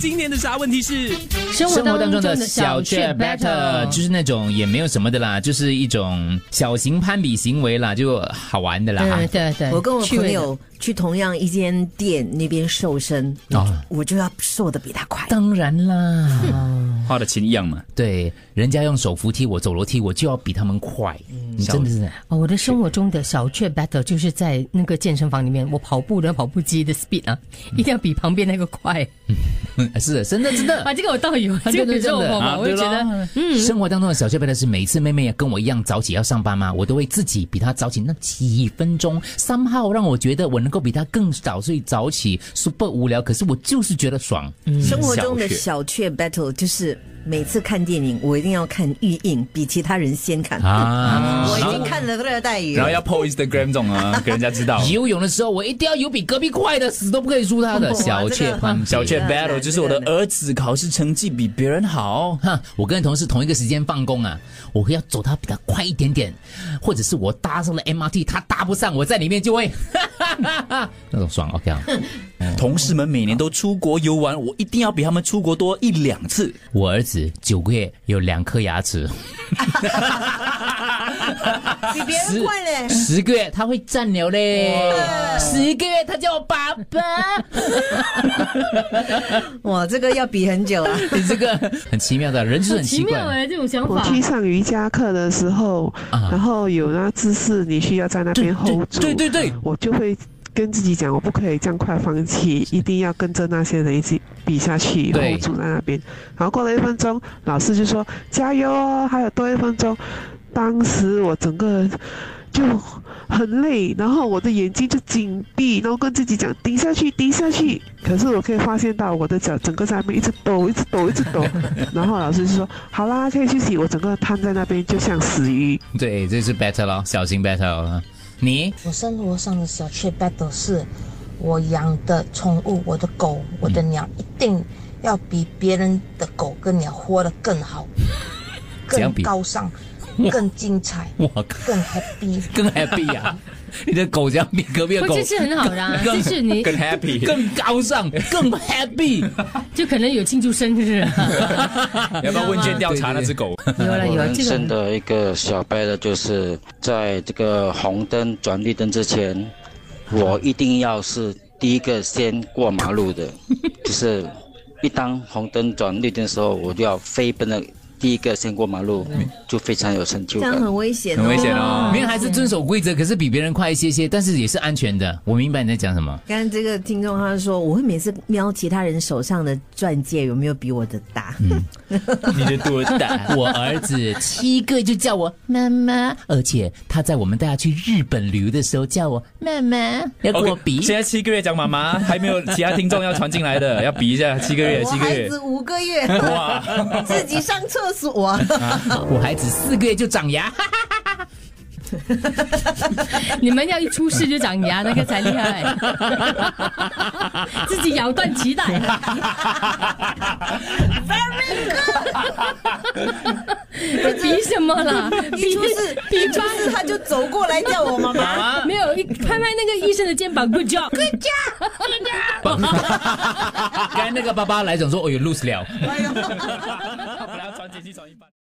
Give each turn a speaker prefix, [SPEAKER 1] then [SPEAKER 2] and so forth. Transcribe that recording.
[SPEAKER 1] 今年的啥问题是？
[SPEAKER 2] 生活
[SPEAKER 3] 生活
[SPEAKER 2] 当
[SPEAKER 3] 当
[SPEAKER 2] 中
[SPEAKER 3] 中
[SPEAKER 2] 的
[SPEAKER 3] 的
[SPEAKER 2] 小
[SPEAKER 3] 小
[SPEAKER 2] 确
[SPEAKER 3] 确
[SPEAKER 2] battle，
[SPEAKER 3] battle，
[SPEAKER 2] 就是那种也没有什么的啦，就是一种小型攀比行为啦，就好玩的啦。
[SPEAKER 3] 对对对，
[SPEAKER 4] 我跟我
[SPEAKER 3] 趣味
[SPEAKER 4] 朋
[SPEAKER 3] 的
[SPEAKER 4] 友去同样一间店那边瘦身，
[SPEAKER 2] 哦
[SPEAKER 4] 我就要瘦的比他快。
[SPEAKER 2] 当然啦，
[SPEAKER 1] 花的钱一样嘛。
[SPEAKER 2] 对，人家用手扶梯，我走楼梯，我就要比他们快。你真的是
[SPEAKER 3] 哦，我的生活中的小确 battle 就是在那个健身房里面，我跑步的跑步机的 speed 啊，一定要比旁边那个快。
[SPEAKER 2] 嗯是的真的真的
[SPEAKER 3] 啊，。这个我倒有，这个比较我跑嘛，我就觉得
[SPEAKER 2] 嗯，啊生活当中的小确幸的是，每一次妹妹跟我一样早起要上班嘛，我都会自己比她早起那几分钟，三号让我觉得我能够比她更早睡早起，super 无聊，可是我就是觉得爽。
[SPEAKER 3] 嗯
[SPEAKER 4] 生活中的
[SPEAKER 1] 小
[SPEAKER 4] 小
[SPEAKER 1] 确
[SPEAKER 4] 确 battle 就是每次看电影，我一定要看预映，比其他人先看。
[SPEAKER 2] 啊
[SPEAKER 4] 我已经看了热带雨
[SPEAKER 1] 然后
[SPEAKER 4] 了，
[SPEAKER 1] 要 po Instagram 这种啊，给人家知道。
[SPEAKER 3] 嗯
[SPEAKER 2] 游泳的时候，我一定要游比隔壁快的，死都不可以输他的
[SPEAKER 4] 哇
[SPEAKER 2] 小
[SPEAKER 4] 这
[SPEAKER 2] 雀
[SPEAKER 4] 个
[SPEAKER 2] 斑比
[SPEAKER 1] 小雀
[SPEAKER 4] 这个
[SPEAKER 1] battle 就是我的儿子考试成绩比别人好，
[SPEAKER 2] 哈，我跟同事同一个时间放工啊，我要走他比他快一点点，或者是我搭上了 MRT，他搭不上，我在里面就会那种爽。OK 啊，
[SPEAKER 1] 同事们每年都出国游玩，我一定要比他们出国多一两次。
[SPEAKER 2] 我儿子九个月有两颗牙齿，
[SPEAKER 4] 比别人快嘞。
[SPEAKER 2] 十个月他会站了嘞，十个月他叫我爸爸，
[SPEAKER 4] 哇，这个要比很久啊！
[SPEAKER 2] 你这个很奇妙的人就是很奇怪。
[SPEAKER 3] 哎，这种想
[SPEAKER 5] 我去上瑜伽课的时候，
[SPEAKER 2] 啊
[SPEAKER 5] 然后有那姿势，你需要在那边 hold 住，
[SPEAKER 1] 对对对，
[SPEAKER 5] 我就会跟自己讲，我不可以这样快放弃，一定要跟着那些人一起比下去
[SPEAKER 2] 对
[SPEAKER 5] ，hold 住在那边。然后过了一分钟，老师就说加油哦，还有多一分钟。当时我整个人就很累，然后我的眼睛就紧闭，然后跟自己讲顶下去，顶下去。 可是我可以发现到我的脚整个在那边一直抖，一直抖，一直抖。然后老师就说好啦，可以休息。我整个瘫在那边，就像死鱼。
[SPEAKER 2] 对，这是 battle 咯，小型 battle 咯。你
[SPEAKER 6] 我生活上的小确 battle 是，我养的宠物，我的狗，我的鸟，一定要比别人的狗跟鸟活得更好，
[SPEAKER 2] 怎样
[SPEAKER 6] 更
[SPEAKER 2] 比
[SPEAKER 6] 高尚，更精彩，
[SPEAKER 2] 我靠，
[SPEAKER 6] 更 happy。
[SPEAKER 2] 更 happy 啊！你的狗这样比隔壁的
[SPEAKER 3] 不，
[SPEAKER 2] 狗
[SPEAKER 3] 这是很好 的、啊，
[SPEAKER 2] 更
[SPEAKER 3] 这是你
[SPEAKER 1] 更 happy，
[SPEAKER 2] 更高尚，更 happy。
[SPEAKER 3] 就可能有庆祝生日、啊，
[SPEAKER 1] 要不要问卷调查那只狗？
[SPEAKER 3] 有了有了
[SPEAKER 7] 人
[SPEAKER 3] 这
[SPEAKER 7] 生
[SPEAKER 3] 个。
[SPEAKER 7] 的一个小 b 的就是在这个红灯转绿灯之前，
[SPEAKER 3] 啊
[SPEAKER 7] 我一定要是第一个先过马路 的，就是一当红灯转绿灯的时候，我就要飞奔的第一个先过马路，
[SPEAKER 3] 嗯
[SPEAKER 7] 就非常有成
[SPEAKER 4] 这
[SPEAKER 7] 就感
[SPEAKER 4] 样。很危险、哦，
[SPEAKER 1] 很危险哦
[SPEAKER 2] 没有，还是遵守规则，可是比别人快一些些，但是也是安全的。我明白你在讲什么。
[SPEAKER 4] 刚刚这个听众他说，我会每次瞄其他人手上的钻戒有没有比我的大。
[SPEAKER 1] 你的多大？
[SPEAKER 2] 我儿子七个就叫我妈妈，而且他在我们带他去日本旅游的时候叫我妈妈，要跟我
[SPEAKER 1] OK，
[SPEAKER 2] 比。
[SPEAKER 1] 现在七个月讲妈妈，还没有其他听众要传进来的，要比一下七个月，
[SPEAKER 4] 我
[SPEAKER 1] 七个
[SPEAKER 4] 孩
[SPEAKER 1] 月
[SPEAKER 4] 子。五个月，
[SPEAKER 1] 哇，
[SPEAKER 4] 自己上厕所。
[SPEAKER 2] 我孩子四个月就长 牙，
[SPEAKER 3] 你们要一出事就长牙，那个才厉害， 自己咬断 脐带。Very good，比什 么啦？
[SPEAKER 4] 一
[SPEAKER 3] 比
[SPEAKER 4] 出事，
[SPEAKER 3] 比
[SPEAKER 4] 一
[SPEAKER 3] 八
[SPEAKER 4] 出事他就走过来叫我妈妈。
[SPEAKER 3] 没有一拍拍那个医生的肩膀，Good job，Good job，
[SPEAKER 2] 刚才那个爸爸来讲说，哦哟 lose 了。
[SPEAKER 1] 我本来要传几期传一半。